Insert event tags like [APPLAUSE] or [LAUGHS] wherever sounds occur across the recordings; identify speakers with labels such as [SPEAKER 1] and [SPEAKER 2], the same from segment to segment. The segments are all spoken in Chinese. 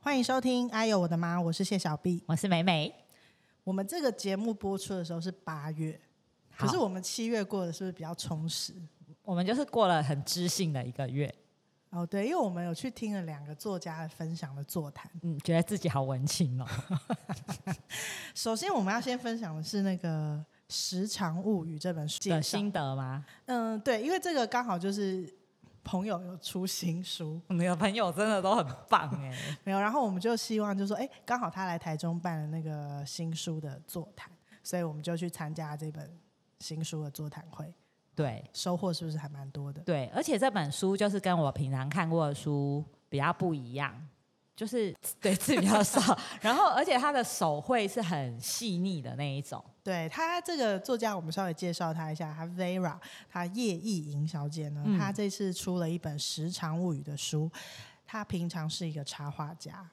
[SPEAKER 1] 欢迎收听《哎呦我的妈》，我是谢小 B。
[SPEAKER 2] 我是美美。
[SPEAKER 1] 我们这个节目播出的时候是八月，
[SPEAKER 2] 好
[SPEAKER 1] 可是我们七月过得是不是比较充实？
[SPEAKER 2] 我们就是过了很知性的一个月，
[SPEAKER 1] 哦，对，因为我们有去听了两个作家的分享的座谈。
[SPEAKER 2] 嗯，觉得自己好文青哦。
[SPEAKER 1] 首先，我们要先分享的是那个《时常物语》这本书介
[SPEAKER 2] 的
[SPEAKER 1] 绍
[SPEAKER 2] 心得吗？
[SPEAKER 1] 嗯，对，因为这个刚好就是朋友有出新书，
[SPEAKER 2] 你的朋友真的都很棒哎。
[SPEAKER 1] 没有，然后我们就希望就说，哎，刚好他来台中办了那个新书的座谈，所以我们就去参加这本新书的座谈会，
[SPEAKER 2] [LAUGHS] 对
[SPEAKER 1] 收获是不是还蛮多的？
[SPEAKER 2] 对，而且这本书就是跟我平常看过的书比较不一样，就是对字比较少， [LAUGHS] 然后而且他的手绘是很细腻的那一种。
[SPEAKER 1] 对他这个作家，我们稍微介绍他一下，他 Vera，他叶意莹小姐呢，
[SPEAKER 2] 嗯
[SPEAKER 1] 她这次出了一本《时常物语》的书。她平常是一个插画家，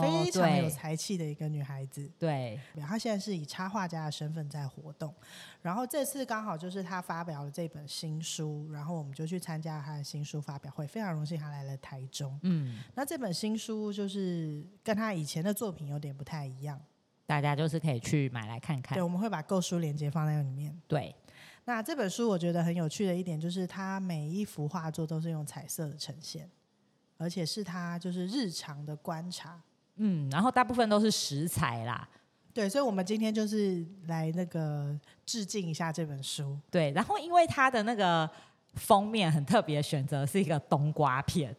[SPEAKER 1] 非常有
[SPEAKER 2] 哦对
[SPEAKER 1] 才气的一个女孩子。
[SPEAKER 2] 对，
[SPEAKER 1] 她现在是以插画家的身份在活动，然后这次刚好就是她发表了这本新书，然后我们就去参加她的新书发表会，非常荣幸她来了台中。
[SPEAKER 2] 嗯，
[SPEAKER 1] 那这本新书就是跟她以前的作品有点不太一样，
[SPEAKER 2] 大家就是可以去买来看看
[SPEAKER 1] 对，。我们会把购书链接放在里面。
[SPEAKER 2] 对，
[SPEAKER 1] 那这本书我觉得很有趣的一点就是，它每一幅画作都是用彩色的呈现，而且是他就是日常的观察。
[SPEAKER 2] 嗯，然后大部分都是食材啦。
[SPEAKER 1] 对，所以我们今天就是来那个致敬一下这本书。
[SPEAKER 2] 对，然后因为它的那个封面很特别，选择是一个冬瓜片，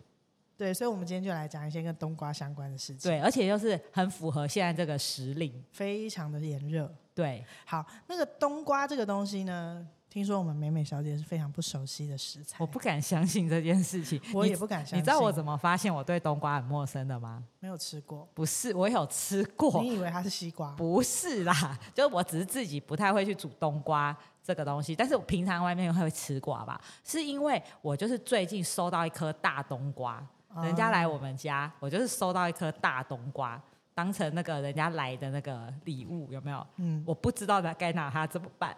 [SPEAKER 1] 对，所以我们今天就来讲一些跟冬瓜相关的事情。，
[SPEAKER 2] 对，而且又是很符合现在这个时令，
[SPEAKER 1] 非常的炎热。
[SPEAKER 2] 对，
[SPEAKER 1] 好，那个冬瓜这个东西呢，听说我们美美小姐是非常不熟悉的食材，
[SPEAKER 2] 我不敢相信这件事情，
[SPEAKER 1] [LAUGHS] 我也
[SPEAKER 2] 你
[SPEAKER 1] 不敢相信。
[SPEAKER 2] 你知道我怎么发现我对冬瓜很陌生的吗？
[SPEAKER 1] 没有吃过？
[SPEAKER 2] 不是，我有吃过，
[SPEAKER 1] 你以为它是西瓜？
[SPEAKER 2] 不是啦，就是我只是自己不太会去煮冬瓜这个东西，但是我平常外面会吃瓜吧，是因为我就是最近收到一颗大冬瓜，人
[SPEAKER 1] 啊
[SPEAKER 2] 家来我们家，我就是收到一颗大冬瓜，当成那个人家来的那个礼物，有没有？
[SPEAKER 1] 嗯，
[SPEAKER 2] 我不知道该拿它怎么办。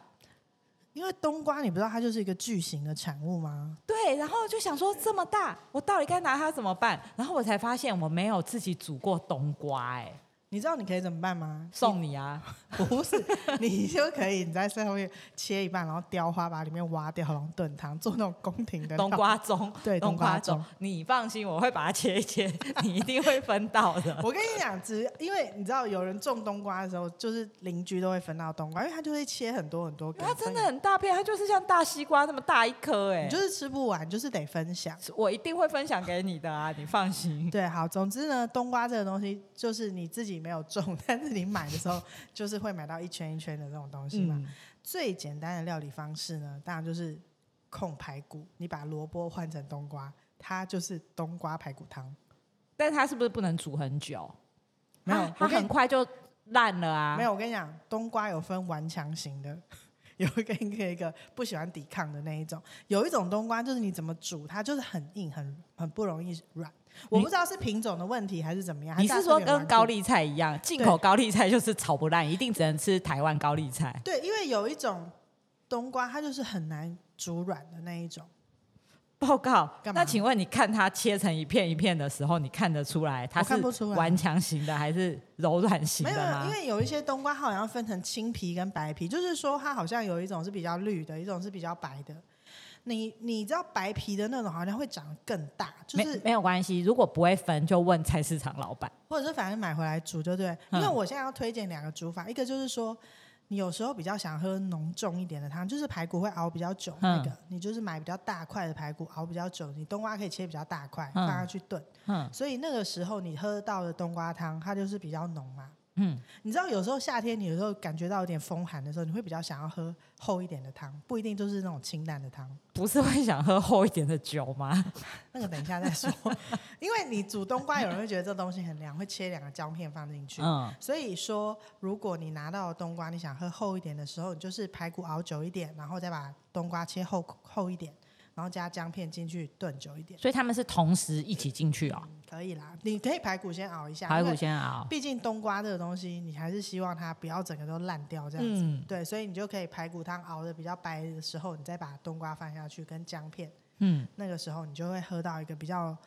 [SPEAKER 1] 因为冬瓜你不知道它就是一个巨型的产物吗？
[SPEAKER 2] 对，然后就想说这么大，我到底该拿它怎么办？然后我才发现我没有自己煮过冬瓜、哎，
[SPEAKER 1] 你知道你可以怎么办吗？
[SPEAKER 2] 送你啊！
[SPEAKER 1] 不是，你 [LAUGHS] 就可以你在最后面切一半，然后雕花，把里面挖掉，然后炖汤，做那种宫廷的
[SPEAKER 2] 冬
[SPEAKER 1] 料。
[SPEAKER 2] 瓜盅，
[SPEAKER 1] 对
[SPEAKER 2] 冬瓜
[SPEAKER 1] 冬
[SPEAKER 2] 盅
[SPEAKER 1] 瓜盅，
[SPEAKER 2] 你放心，我会把它切一切， [LAUGHS] 你一定会分到的。
[SPEAKER 1] 我跟你讲，只因为你知道有人种冬瓜的时候，就是邻居都会分到冬瓜，因为他就会切很多很多根，
[SPEAKER 2] 它真的很大片，它就是像大西瓜那么大一颗、
[SPEAKER 1] 你
[SPEAKER 2] 哎，
[SPEAKER 1] 就是吃不完，就是得分享。
[SPEAKER 2] 我一定会分享给你的啊，你放心。
[SPEAKER 1] 对，好，总之呢，冬瓜这个东西就是你自己没有种， [LAUGHS] 但是你买的时候就是会买到一圈一圈的这种东西嘛。
[SPEAKER 2] 嗯，
[SPEAKER 1] 最简单的料理方式呢，当然就是控排骨，你把萝卜换成冬瓜，它就是冬瓜排骨汤。
[SPEAKER 2] 但它是不是不能煮很久？
[SPEAKER 1] 没有
[SPEAKER 2] 它
[SPEAKER 1] 我
[SPEAKER 2] 它
[SPEAKER 1] 跟你
[SPEAKER 2] 很快就烂了啊。
[SPEAKER 1] 没，有，我跟你讲，冬瓜有分顽强型的， [LAUGHS] 有一个一个一个不喜欢抵抗的那一种。有一种冬瓜就是你怎么煮，它就是很硬，很很不容易软。我
[SPEAKER 2] 你
[SPEAKER 1] 不知道是品种的问题还是怎么样。
[SPEAKER 2] 你
[SPEAKER 1] 还它
[SPEAKER 2] 是
[SPEAKER 1] 特
[SPEAKER 2] 说
[SPEAKER 1] 别
[SPEAKER 2] 跟
[SPEAKER 1] 顽固
[SPEAKER 2] 高？丽菜一样，进口高丽菜就是炒不烂，一定只能吃台湾高丽菜。
[SPEAKER 1] 对，因为有一种冬瓜，它就是很难煮软的那一种。
[SPEAKER 2] 报告，
[SPEAKER 1] 干嘛
[SPEAKER 2] 那请问你看它切成一片一片的时候，你看得出来它
[SPEAKER 1] 我看不
[SPEAKER 2] 是
[SPEAKER 1] 出来
[SPEAKER 2] 顽强型的还是柔软型
[SPEAKER 1] 没
[SPEAKER 2] 的
[SPEAKER 1] 有，没
[SPEAKER 2] 吗？
[SPEAKER 1] 有因为有一些冬瓜它好像分成青皮跟白皮，就是说它好像有一种是比较绿的，一种是比较白的。你你知道白皮的那种好像会长得更大，就是
[SPEAKER 2] 没没有关系，如果不会分就问菜市场老板。
[SPEAKER 1] 或者是反正买回来煮，对不对？因
[SPEAKER 2] 嗯
[SPEAKER 1] 为我现在要推荐两个煮法，一个就是说，你有时候比较想喝浓重一点的汤，就是排骨会熬比较久那
[SPEAKER 2] 嗯
[SPEAKER 1] 个，你就是买比较大块的排骨熬比较久，你冬瓜可以切比较大块，
[SPEAKER 2] 嗯
[SPEAKER 1] 放下去炖，
[SPEAKER 2] 嗯
[SPEAKER 1] 所以那个时候你喝到的冬瓜汤，它就是比较浓嘛。
[SPEAKER 2] 嗯，
[SPEAKER 1] 你知道有时候夏天，你有时候感觉到有点风寒的时候，你会比较想要喝厚一点的汤，不一定就是那种清淡的汤。
[SPEAKER 2] 不是会想喝厚一点的酒
[SPEAKER 1] [LAUGHS]
[SPEAKER 2] 吗？
[SPEAKER 1] 那个等一下再说， [LAUGHS] 因为你煮冬瓜，有人会觉得这东西很凉，会切两个姜片放进去。
[SPEAKER 2] 嗯，
[SPEAKER 1] 所以说，如果你拿到冬瓜，你想喝厚一点的时候，你就是排骨熬久一点，然后再把冬瓜切厚厚一点，然后加姜片进去炖久一点，
[SPEAKER 2] 所以他们是同时一起进去哦，
[SPEAKER 1] 可以啦。你可以排骨先熬一下，
[SPEAKER 2] 排
[SPEAKER 1] 因
[SPEAKER 2] 骨
[SPEAKER 1] 为
[SPEAKER 2] 先熬。
[SPEAKER 1] 毕竟冬瓜这个东西，你还是希望它不要整个都烂掉这样子。
[SPEAKER 2] 嗯
[SPEAKER 1] 对，所以你就可以排骨汤熬的比较白的时候，你再把冬瓜放下去跟姜片，
[SPEAKER 2] 嗯
[SPEAKER 1] 那个时候你就会喝到一个比较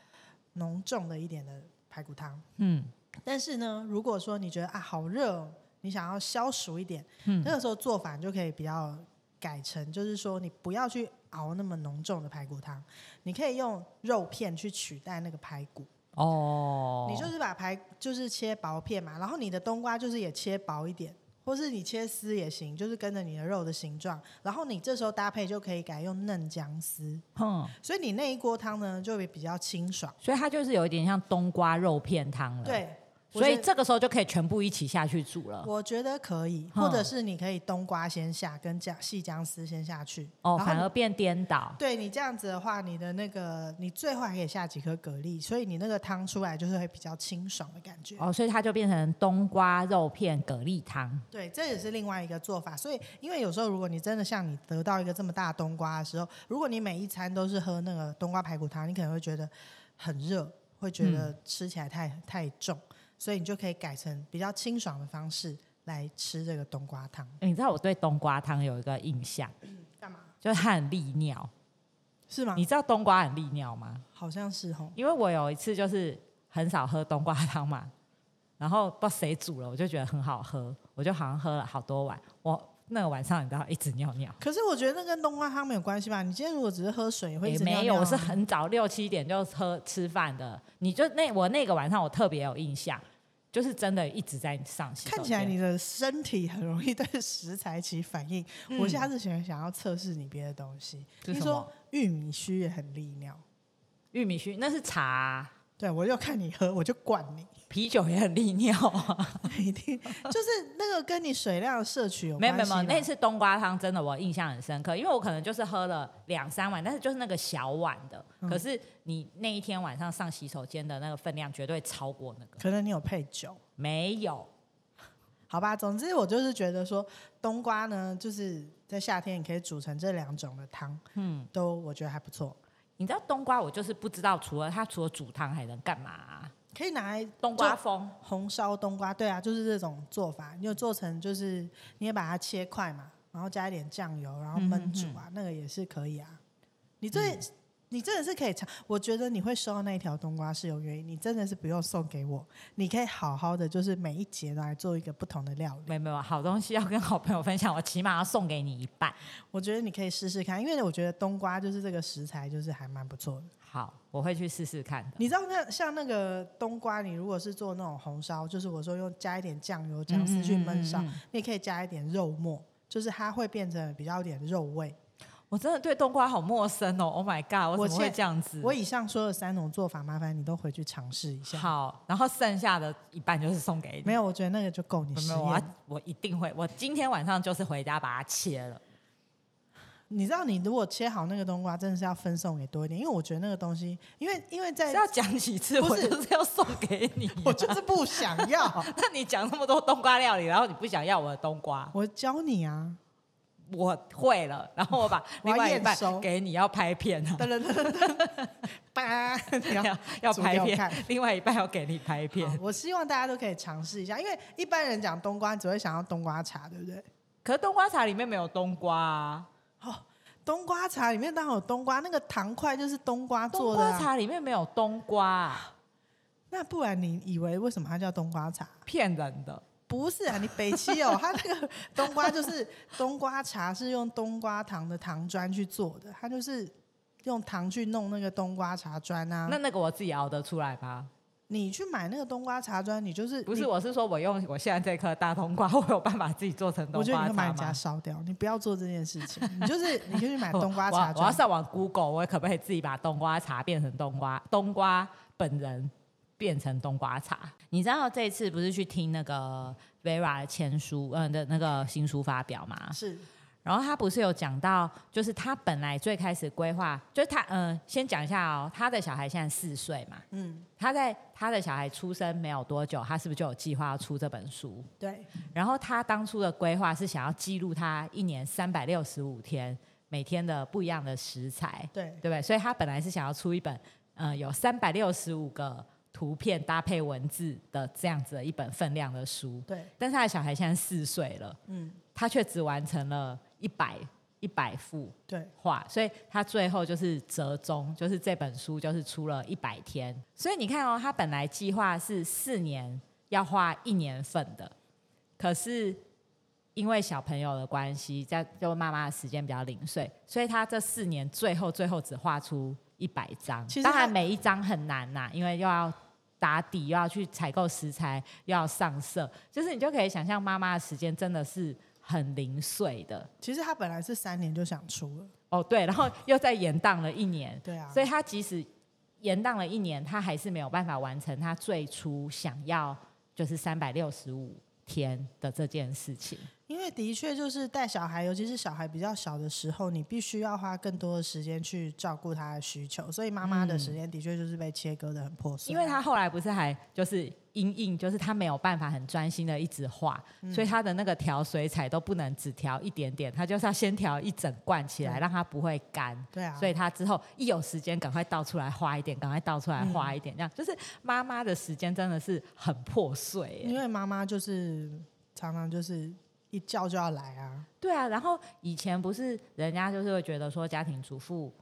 [SPEAKER 1] 浓重的一点的排骨汤。
[SPEAKER 2] 嗯，
[SPEAKER 1] 但是呢，如果说你觉得啊好热、哦，你想要消暑一点，
[SPEAKER 2] 嗯
[SPEAKER 1] 那个时候做法你就可以比较改成，就是说你不要去熬那么浓重的排骨汤，你可以用肉片去取代那个排骨。
[SPEAKER 2] 哦，
[SPEAKER 1] 你就是把排就是切薄片嘛，然后你的冬瓜就是也切薄一点，或是你切丝也行，就是跟着你的肉的形状。然后你这时候搭配就可以改用嫩姜丝，
[SPEAKER 2] 哼，
[SPEAKER 1] 所以你那一锅汤呢就会比较清爽。
[SPEAKER 2] 所以它就是有一点像冬瓜肉片汤了。，
[SPEAKER 1] 对，我
[SPEAKER 2] 嗯所以
[SPEAKER 1] 觉得
[SPEAKER 2] 这个时候就可以全部一起下去煮了。
[SPEAKER 1] 我觉得可以，
[SPEAKER 2] 嗯
[SPEAKER 1] 或者是你可以冬瓜先下，跟姜细姜丝先下去。
[SPEAKER 2] 哦，
[SPEAKER 1] 然
[SPEAKER 2] 反
[SPEAKER 1] 后
[SPEAKER 2] 而变颠倒
[SPEAKER 1] 对你这样子的话，你的那个你最后还可以下几颗蛤蜊，所以你那个汤出来就是会比较清爽的感觉。
[SPEAKER 2] 哦，所以它就变成冬瓜肉片蛤蜊汤。
[SPEAKER 1] 对，这也是另外一个做法。所以，因为有时候如果你真的像你得到一个这么大的冬瓜的时候，如果你每一餐都是喝那个冬瓜排骨汤，你可能会觉得很热，会
[SPEAKER 2] 嗯
[SPEAKER 1] 觉得吃起来太、太重，所以你就可以改成比较清爽的方式来吃这个冬瓜汤。
[SPEAKER 2] 你知道我对冬瓜汤有一个印象，
[SPEAKER 1] 嗯干嘛？嗯
[SPEAKER 2] 就是它很利尿。
[SPEAKER 1] 是吗
[SPEAKER 2] 你？知道冬瓜很利尿吗？
[SPEAKER 1] 好像是哦。
[SPEAKER 2] 因为我有一次就是很少喝冬瓜汤嘛，然后不知道谁煮了，我就觉得很好喝，我就好像喝了好多碗。我那个晚上你知道一直尿尿，
[SPEAKER 1] 可是我觉得那跟冬瓜汤没有关系吧？你今天如果只是喝水，也会一
[SPEAKER 2] 也
[SPEAKER 1] 直尿
[SPEAKER 2] 没
[SPEAKER 1] 尿
[SPEAKER 2] 有，
[SPEAKER 1] 啊
[SPEAKER 2] 我是很早六七点就喝吃饭的。你就那我那个晚上我特别有印象，就是真的一直在上洗手
[SPEAKER 1] 看起来
[SPEAKER 2] 间
[SPEAKER 1] 你的身体很容易 [LAUGHS] 对食材起反应。我下次想想要测试你别的东西，
[SPEAKER 2] 嗯是
[SPEAKER 1] 听
[SPEAKER 2] 什
[SPEAKER 1] 说
[SPEAKER 2] 么
[SPEAKER 1] 玉米须也很利尿。
[SPEAKER 2] 玉米须那是茶啊、
[SPEAKER 1] 对，我就看你喝，我就灌你，
[SPEAKER 2] 啤酒也很利尿啊。
[SPEAKER 1] 一定就是那个跟你水量的摄取 [LAUGHS] 有
[SPEAKER 2] 没有
[SPEAKER 1] 关
[SPEAKER 2] 没有
[SPEAKER 1] 系
[SPEAKER 2] 没
[SPEAKER 1] 吧。
[SPEAKER 2] 有，那次冬瓜汤真的我印象很深刻，因为我可能就是喝了两三碗，但是就是那个小碗的，
[SPEAKER 1] 嗯
[SPEAKER 2] 可是你那一天晚上上洗手间的那个分量绝对超过那个，
[SPEAKER 1] 可能你有配酒，
[SPEAKER 2] 没有。
[SPEAKER 1] 好吧。总之我就是觉得说，冬瓜呢，就是在夏天你可以煮成这两种的汤，
[SPEAKER 2] 嗯
[SPEAKER 1] 嗯，都我觉得还不错，
[SPEAKER 2] 你知道冬瓜，我就是不知道除了它除了煮汤还能干嘛啊、
[SPEAKER 1] 可以拿来
[SPEAKER 2] 冬瓜风
[SPEAKER 1] 红烧冬瓜，对啊，就是这种做法。你有做成就是你也把它切块嘛，然后加一点酱油，然后焖煮
[SPEAKER 2] 嗯
[SPEAKER 1] 啊，那个也是可以啊。你这、你真的是可以尝，我觉得你会收到那一条冬瓜是有原因，你真的是不用送给我，你可以好好的就是每一节来做一个不同的料理。
[SPEAKER 2] 没有没有好东西要跟好朋友分享，我起码要送给你一半。
[SPEAKER 1] 我觉得你可以试试看，因为我觉得冬瓜就是这个食材就是还蛮不错的。
[SPEAKER 2] 好，我会去试试看的。
[SPEAKER 1] 你知道那像那个冬瓜，你如果是做那种红烧，就是我说用加一点酱油、姜丝去焖烧，
[SPEAKER 2] 嗯嗯嗯嗯
[SPEAKER 1] 你也可以加一点肉末，就是它会变成比较有点肉味。
[SPEAKER 2] 我真的对冬瓜好陌生哦，Oh my god，我
[SPEAKER 1] 我
[SPEAKER 2] 怎么会
[SPEAKER 1] 现
[SPEAKER 2] 这样子？
[SPEAKER 1] 我以上说的三种做法，麻烦你都回去尝试一下。
[SPEAKER 2] 好，然后剩下的一半就是送给你。
[SPEAKER 1] 没有，我觉得那个就够你
[SPEAKER 2] 没
[SPEAKER 1] 实
[SPEAKER 2] 有，我要
[SPEAKER 1] 验。
[SPEAKER 2] 我一定会，我今天晚上就是回家把它切了。
[SPEAKER 1] 你知道，你如果切好那个冬瓜，真的是要分送给多一点，因为我觉得那个东西，因为因为在
[SPEAKER 2] 是啊要讲几次，
[SPEAKER 1] 不
[SPEAKER 2] 我
[SPEAKER 1] 是
[SPEAKER 2] 就是要送给你、啊
[SPEAKER 1] [LAUGHS] 我就是不想
[SPEAKER 2] [LAUGHS]
[SPEAKER 1] 要，
[SPEAKER 2] 那你讲那么多冬瓜料理，然后你不想要我的冬瓜，
[SPEAKER 1] 我教你
[SPEAKER 2] [LAUGHS]
[SPEAKER 1] 啊。
[SPEAKER 2] 我会了，然后我把
[SPEAKER 1] [LAUGHS] 我
[SPEAKER 2] 另
[SPEAKER 1] 要
[SPEAKER 2] 外一
[SPEAKER 1] 验
[SPEAKER 2] 半
[SPEAKER 1] 收
[SPEAKER 2] 给你，要拍片啊，
[SPEAKER 1] 噔噔噔噔噔叭，你要
[SPEAKER 2] 要 [LAUGHS] 要
[SPEAKER 1] 煮
[SPEAKER 2] 拍
[SPEAKER 1] 给我
[SPEAKER 2] 片
[SPEAKER 1] 看，
[SPEAKER 2] 另外一半要给你拍
[SPEAKER 1] 好
[SPEAKER 2] 片。
[SPEAKER 1] 我希望大家都可以尝试一下，因为一般人讲冬瓜只会想要冬瓜茶，对不对？
[SPEAKER 2] 可是冬瓜茶里面没有冬瓜啊，
[SPEAKER 1] 哦，冬瓜茶里面当然有冬瓜，那个糖块就是冬瓜
[SPEAKER 2] 冬
[SPEAKER 1] 做的、
[SPEAKER 2] 瓜
[SPEAKER 1] 啊。
[SPEAKER 2] 茶里面没有冬瓜、啊，
[SPEAKER 1] 那不然你以为为什么它叫冬瓜茶？
[SPEAKER 2] 骗人的。
[SPEAKER 1] 不是啊，
[SPEAKER 2] [LAUGHS]
[SPEAKER 1] 你北七哦，它那个冬瓜就是 [LAUGHS] 冬瓜茶，是用冬瓜糖的糖砖去做的，它就是用糖去弄那个冬瓜茶砖啊。
[SPEAKER 2] 那那个我自己熬得出来吗？
[SPEAKER 1] 你去买那个冬瓜茶砖，你就是
[SPEAKER 2] 不是，
[SPEAKER 1] 你
[SPEAKER 2] 我是说我用我现在这颗大冬瓜，我有办法自己做成冬
[SPEAKER 1] 我觉得
[SPEAKER 2] 瓜
[SPEAKER 1] 你
[SPEAKER 2] 茶
[SPEAKER 1] 会把
[SPEAKER 2] 吗
[SPEAKER 1] 你？家烧掉，你不要做这件事情。你
[SPEAKER 2] [LAUGHS]
[SPEAKER 1] 就是你就去买冬瓜
[SPEAKER 2] 我
[SPEAKER 1] 茶
[SPEAKER 2] 我要我要
[SPEAKER 1] 砖，
[SPEAKER 2] 上网 Google，我可不可以自己把冬瓜茶变成冬瓜？冬瓜本人变成冬瓜茶？你知道这次不是去听那个 Vera 的签书，嗯、的那个新书发表吗？
[SPEAKER 1] 是
[SPEAKER 2] 然后他不是有讲到，就是他本来最开始规划，就是他嗯、先讲一下哦，他的小孩现在四岁嘛，
[SPEAKER 1] 嗯
[SPEAKER 2] 他在他的小孩出生没有多久，他是不是就有计划要出这本书？
[SPEAKER 1] 对。
[SPEAKER 2] 然后他当初的规划是想要记录他一年三百六十五天每天的不一样的食材，
[SPEAKER 1] 对
[SPEAKER 2] 对不对？所以他本来是想要出一本，呃，有三百六十五个图片搭配文字的这样子的一本分量的书，
[SPEAKER 1] 对，
[SPEAKER 2] 但是他的小孩现在四岁了，
[SPEAKER 1] 嗯，
[SPEAKER 2] 他却只完成了一百一百幅
[SPEAKER 1] 对，
[SPEAKER 2] 画，所以他最后就是折中，就是这本书就是出了一百天，所以你看哦，他本来计划是四年要画一年份的，可是因为小朋友的关系，在就妈妈的时间比较零碎，所以她这四年最后最后只画出一百张
[SPEAKER 1] 其实。
[SPEAKER 2] 当
[SPEAKER 1] 她
[SPEAKER 2] 然每一张很难呐、因为又要打底，又要去采购食材，又要上色，就是你就可以想象妈妈的时间真的是很零碎的。
[SPEAKER 1] 其实他本来是三年就想出了，
[SPEAKER 2] 哦，对，然后又再延宕了一年，
[SPEAKER 1] 对啊，
[SPEAKER 2] 所以他即使延宕了一年，他还是没有办法完成他最初想要就是三百六十五天的这件事情。
[SPEAKER 1] 因为的确就是带小孩，尤其是小孩比较小的时候，你必须要花更多的时间去照顾他的需求，所以妈妈的时间的确就是被切割的很破碎。
[SPEAKER 2] 嗯因为他后来不是还就是因应，就是他没有办法很专心的一直画，
[SPEAKER 1] 嗯
[SPEAKER 2] 所以他的那个调水彩都不能只调一点点，他就是要先调一整罐起来，
[SPEAKER 1] 对
[SPEAKER 2] 让它不会干。
[SPEAKER 1] 对啊，
[SPEAKER 2] 所以他之后一有时间，赶快倒出来画一点，赶快倒出来
[SPEAKER 1] 嗯
[SPEAKER 2] 画一点，这样就是妈妈的时间真的是很破碎耶。
[SPEAKER 1] 因为妈妈就是常常就是一叫就要来啊，
[SPEAKER 2] 对啊，然后以前不是人家就是会觉得说家庭主妇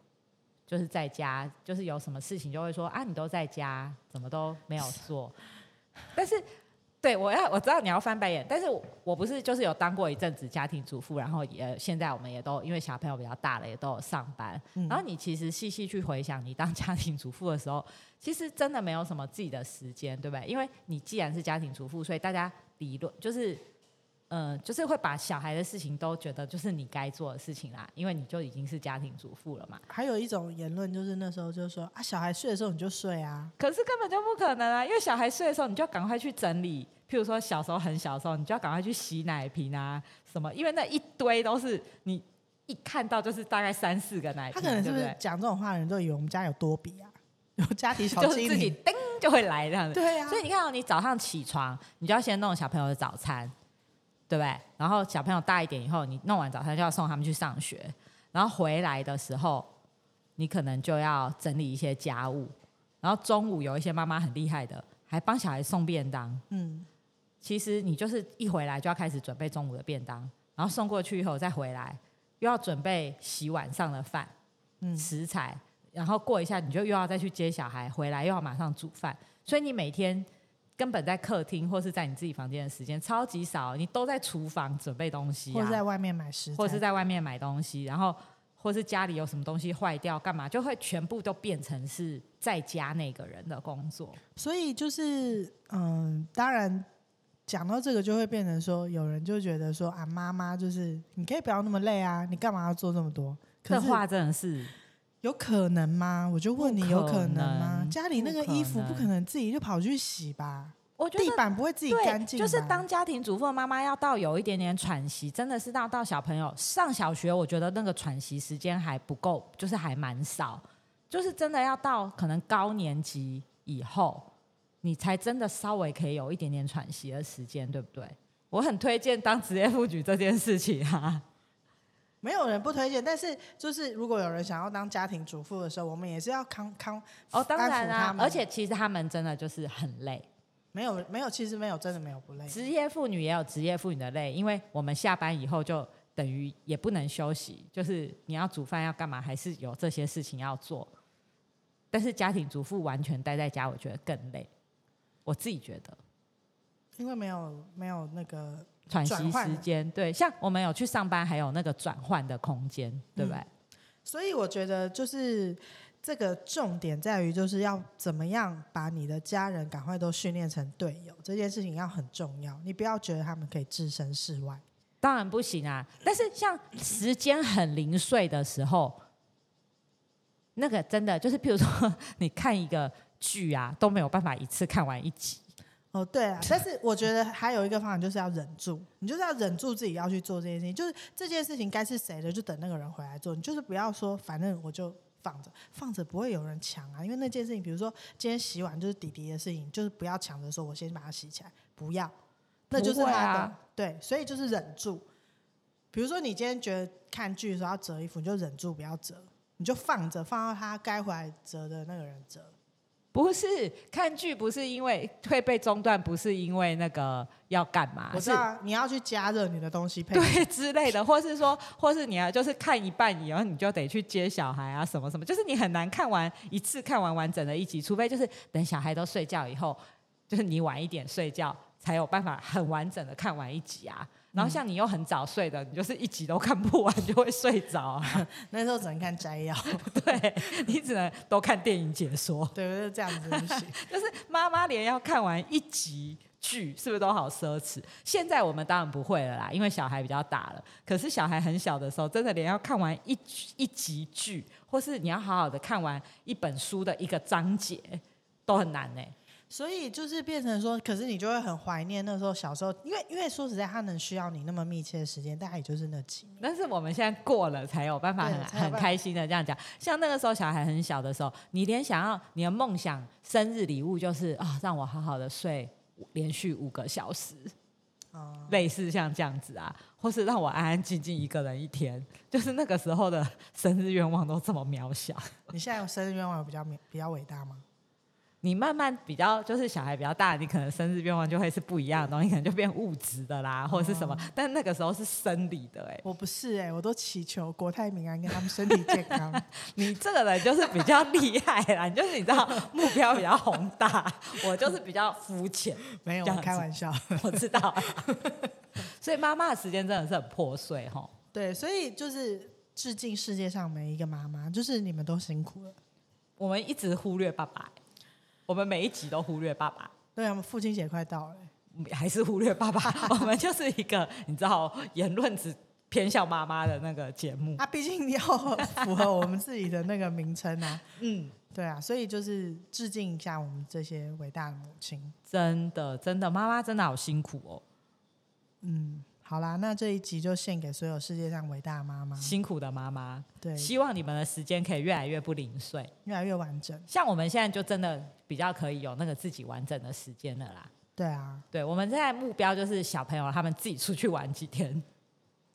[SPEAKER 2] 就是在家，就是有什么事情就会说啊，你都在家，怎么都没有做。但是，对我要我知道你要翻白眼，但是我我不是就是有当过一阵子家庭主妇，然后也现在我们也都因为小朋友比较大了，也都有上班。
[SPEAKER 1] 嗯
[SPEAKER 2] 然后你其实细细去回想，你当家庭主妇的时候，其实真的没有什么自己的时间，对不对？因为你既然是家庭主妇，所以大家理论就是，呃，就是会把小孩的事情都觉得就是你该做的事情啦，因为你就已经是家庭主妇了嘛。
[SPEAKER 1] 还有一种言论就是那时候就说啊，小孩睡的时候你就睡啊，
[SPEAKER 2] 可是根本就不可能啊，因为小孩睡的时候，你就要赶快去整理。譬如说小时候很小的时候，你就要赶快去洗奶瓶啊什么，因为那一堆都是你一看到就是大概三四个奶
[SPEAKER 1] 他
[SPEAKER 2] 瓶，
[SPEAKER 1] 可能是
[SPEAKER 2] 哎对
[SPEAKER 1] 不
[SPEAKER 2] 不
[SPEAKER 1] 是
[SPEAKER 2] 对？
[SPEAKER 1] 讲这种话的人都以为我们家有多比啊， [LAUGHS] 有家庭小
[SPEAKER 2] 就是
[SPEAKER 1] 精
[SPEAKER 2] 自己
[SPEAKER 1] 灵，
[SPEAKER 2] 叮就会来这样子。
[SPEAKER 1] 对啊，
[SPEAKER 2] 所以你看、哦，你早上起床，你就要先弄小朋友的早餐，对不对？然后小朋友大一点以后，你弄完早餐就要送他们去上学，然后回来的时候，你可能就要整理一些家务，然后中午有一些妈妈很厉害的，还帮小孩送便当。
[SPEAKER 1] 嗯，
[SPEAKER 2] 其实你就是一回来就要开始准备中午的便当，然后送过去以后再回来，又要准备洗晚上的饭，
[SPEAKER 1] 嗯
[SPEAKER 2] 食材，然后过一下你就又要再去接小孩，回来又要马上煮饭，所以你每天根本在客厅或是在你自己房间的时间超级少，你都在厨房准备东西、啊，
[SPEAKER 1] 或者在外面买食材，
[SPEAKER 2] 或是在外面买东西，然后或是家里有什么东西坏掉干嘛，就会全部都变成是在家那个人的工作。
[SPEAKER 1] 所以就是，嗯，当然讲到这个，就会变成说，有人就觉得说啊，妈妈就是你可以不要那么累啊，你干嘛要做这么多？可
[SPEAKER 2] 这
[SPEAKER 1] 是
[SPEAKER 2] 话真的是
[SPEAKER 1] 有可能吗？我就问你，有可能
[SPEAKER 2] 不可
[SPEAKER 1] 吗？
[SPEAKER 2] 能
[SPEAKER 1] 家里那个衣服
[SPEAKER 2] 不可能
[SPEAKER 1] 不可能自己就跑去洗吧，
[SPEAKER 2] 我觉得
[SPEAKER 1] 地板不会自己
[SPEAKER 2] 对，
[SPEAKER 1] 干净吧，
[SPEAKER 2] 就是当家庭主妇的妈妈要到有一点点喘息，真的是到到小朋友上小学，我觉得那个喘息时间还不够，就是还蛮少，就是真的要到可能高年级以后，你才真的稍微可以有一点点喘息的时间，对不对？我很推荐当职业妇女这件事情啊，
[SPEAKER 1] 没有人不推荐，但是就是如果有人想要当家庭主妇的时候，我们也是要康康
[SPEAKER 2] 哦，当
[SPEAKER 1] [LAUGHS]
[SPEAKER 2] 然
[SPEAKER 1] 安抚他
[SPEAKER 2] 啦、
[SPEAKER 1] 们
[SPEAKER 2] 而且其实他们真的就是很累，
[SPEAKER 1] 没有没有，其实没有真的没有不累，
[SPEAKER 2] 职业妇女也有职业妇女的累，因为我们下班以后就等于也不能休息，就是你要煮饭要干嘛，还是有这些事情要做。但是家庭主妇完全待在家，我觉得更累。我自己觉得
[SPEAKER 1] 因为没有没有那个
[SPEAKER 2] 喘
[SPEAKER 1] 转
[SPEAKER 2] 息
[SPEAKER 1] 换
[SPEAKER 2] 时间，对，像我们有去上班，还有那个转换的空间，对不对？
[SPEAKER 1] 嗯所以我觉得就是这个重点在于，就是要怎么样把你的家人赶快都训练成队友，这件事情要很重要。你不要觉得他们可以置身事外，
[SPEAKER 2] 当然不行啊。但是像时间很零碎的时候，那个真的就是，譬如说 [LAUGHS] 你看一个剧啊，都没有办法一次看完一集。
[SPEAKER 1] 哦，对啊，但是我觉得还有一个方法就是要忍住，你就是要忍住自己要去做这件事情，就是这件事情该是谁的，就等那个人回来做。你就是不要说，反正我就放着，放着不会有人抢啊。因为那件事情，比如说今天洗碗就是弟弟的事情，就是不要抢着说我先把它洗起来，不要，那就是他
[SPEAKER 2] 不会
[SPEAKER 1] 的。
[SPEAKER 2] 啊
[SPEAKER 1] 对，所以就是忍住。比如说你今天觉得看剧的时候要折衣服，你就忍住不要折，你就放着，放到他该回来折的那个人折。
[SPEAKER 2] 不是看剧，不是因为会被中断，不是因为那个要干嘛，
[SPEAKER 1] 我知
[SPEAKER 2] 是
[SPEAKER 1] 道啊你要去加热你的东西配合
[SPEAKER 2] 对之类的，或是说，或是你要就是看一半以后，你就得去接小孩啊，什么什么，就是你很难看完一次看完完整的一集，除非就是等小孩都睡觉以后，就是你晚一点睡觉才有办法很完整的看完一集
[SPEAKER 1] 嗯
[SPEAKER 2] 啊。然后像你又很早睡的，你就是一集都看不完 [LAUGHS] 就会睡着啊。
[SPEAKER 1] 那时候只能看摘
[SPEAKER 2] [LAUGHS]
[SPEAKER 1] 要，
[SPEAKER 2] 对你只能都看电影解说，
[SPEAKER 1] 对，就是这样子不
[SPEAKER 2] [LAUGHS]
[SPEAKER 1] 行。
[SPEAKER 2] 就是妈妈连要看完一集剧是不是都好奢侈？现在我们当然不会了啦，因为小孩比较大了。可是小孩很小的时候，真的连要看完一集一集剧，或是你要好好的看完一本书的一个章节，都很难呢、欸
[SPEAKER 1] 所以就是变成说，可是你就会很怀念那时候小时候，因为因为说实在，他能需要你那么密切的时间，大概也就是那几年。
[SPEAKER 2] 但是我们现在过了，才有办法很
[SPEAKER 1] 对才有办
[SPEAKER 2] 很
[SPEAKER 1] 法
[SPEAKER 2] 开心的这样讲。像那个时候小孩很小的时候，你连想要你的梦想生日礼物就是啊、让我好好的睡连续五个小时，
[SPEAKER 1] 哦、
[SPEAKER 2] 类似像这样子啊，或是让我安安静静一个人一天，就是那个时候的生日愿望都这么渺小。
[SPEAKER 1] 你现在有生日愿望有比较美比较伟大吗？
[SPEAKER 2] 你慢慢比较就是小孩比较大，你可能生日愿望就会是不一样的东西，可能就变物质的啦，或者是什么。但那个时候是生理的、欸，
[SPEAKER 1] 我不是哎、我都祈求国泰民安，跟他们身体健
[SPEAKER 2] [LAUGHS]
[SPEAKER 1] 康。
[SPEAKER 2] 你这个人就是比较厉害啦，你就是你知道目标比较宏大，我就是比较肤浅，
[SPEAKER 1] 没有，
[SPEAKER 2] 这
[SPEAKER 1] 我
[SPEAKER 2] 样子
[SPEAKER 1] 开玩
[SPEAKER 2] [LAUGHS]
[SPEAKER 1] 笑。
[SPEAKER 2] 我知道。啊所以妈妈的时间真的是很破碎哈。
[SPEAKER 1] 对，所以就是致敬世界上每一个妈妈，就是你们都辛苦了。
[SPEAKER 2] 我们一直忽略爸爸、欸我们每一集都忽略爸爸，
[SPEAKER 1] 对啊，我们父亲节快到了欸、
[SPEAKER 2] 还是忽略爸 [LAUGHS] 爸。我们就是一个你知道言论只偏向妈妈的那个节目。
[SPEAKER 1] 啊，毕竟要符合我们自己的那个名称啊。
[SPEAKER 2] 嗯，
[SPEAKER 1] 对啊，所以就是致敬一下我们这些伟大的母亲。
[SPEAKER 2] 真的真的，妈妈真的好辛苦哦，
[SPEAKER 1] 嗯，好啦，那这一集就献给所有世界上伟大的妈妈，
[SPEAKER 2] 辛苦的妈妈。
[SPEAKER 1] 嗯对，
[SPEAKER 2] 希望你们的时间可以越来越不零碎。
[SPEAKER 1] 越来越完整。
[SPEAKER 2] 像我们现在就真的比较可以有那个自己完整的时间了啦。
[SPEAKER 1] 对啊，
[SPEAKER 2] 对，我们现在目标就是小朋友他们自己出去玩几天，
[SPEAKER 1] 嗯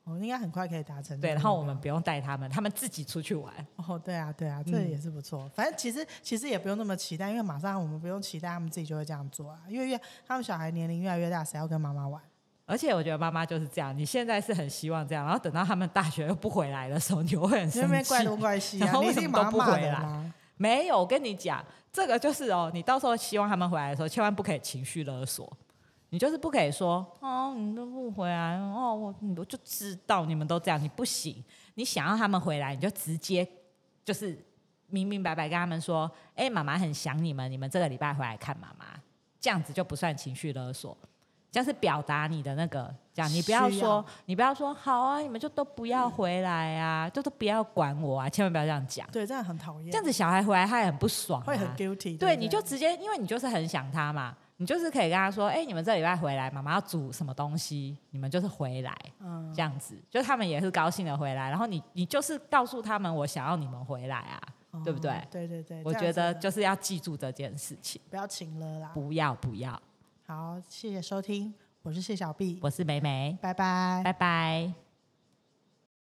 [SPEAKER 1] 我哦应该很快可以达成这
[SPEAKER 2] 对，
[SPEAKER 1] 个目标。
[SPEAKER 2] 然后我们不用带他们，他们自己出去玩。
[SPEAKER 1] 哦，对啊，对啊，这
[SPEAKER 2] 嗯
[SPEAKER 1] 也是不错。反正其实其实也不用那么期待，因为马上我们不用期待，他们自己就会这样做啊。因为越他们小孩年龄越来越大，谁要跟妈妈玩？
[SPEAKER 2] 而且我觉得妈妈就是这样，你现在是很希望这样，然后等到他们大学又不回来的时候，你又会很
[SPEAKER 1] 你那
[SPEAKER 2] 生
[SPEAKER 1] 边
[SPEAKER 2] 气
[SPEAKER 1] 怪。东怪西
[SPEAKER 2] [LAUGHS] 然
[SPEAKER 1] 啊，
[SPEAKER 2] 后
[SPEAKER 1] 你
[SPEAKER 2] 为
[SPEAKER 1] 一
[SPEAKER 2] 什
[SPEAKER 1] 定
[SPEAKER 2] 么都
[SPEAKER 1] 马上
[SPEAKER 2] 不
[SPEAKER 1] 骂
[SPEAKER 2] 回
[SPEAKER 1] 人
[SPEAKER 2] 来
[SPEAKER 1] 啊！
[SPEAKER 2] 没有，我跟你讲，这个就是哦，你到时候希望他们回来的时候，千万不可以情绪勒索。你就是不可以说哦，你都不回来哦，我我就知道你们都这样，你不行。你想要他们回来，你就直接就是明明白白跟他们说，哎、妈妈很想你们，你们这个礼拜回来看妈妈，这样子就不算情绪勒索，这样是表达你的那个，这样你不要
[SPEAKER 1] 需
[SPEAKER 2] 说
[SPEAKER 1] 要，
[SPEAKER 2] 你不要说好啊，你们就都不要回来啊，就都不要管我啊，千万不要这样讲。
[SPEAKER 1] 对，这样很讨厌，
[SPEAKER 2] 这样子小孩回来他也很不爽、啊，
[SPEAKER 1] 会很 guilty 对不对。
[SPEAKER 2] 对，你就直接，因为你就是很想他嘛，你就是可以跟他说，哎、你们这礼拜回来，妈妈要煮什么东西，你们就是回来
[SPEAKER 1] 嗯
[SPEAKER 2] 这，样子，就他们也是高兴的回来，然后你你就是告诉他们，我想要你们回来啊，
[SPEAKER 1] 哦
[SPEAKER 2] 对不对
[SPEAKER 1] 对对对，
[SPEAKER 2] 我
[SPEAKER 1] 这样
[SPEAKER 2] 觉得
[SPEAKER 1] 子
[SPEAKER 2] 就是要记住这件事情，
[SPEAKER 1] 不要请了啦。
[SPEAKER 2] 不要不要，
[SPEAKER 1] 嗯好，谢谢收听，我是谢小碧，
[SPEAKER 2] 我是梅梅，
[SPEAKER 1] 拜拜
[SPEAKER 2] 拜拜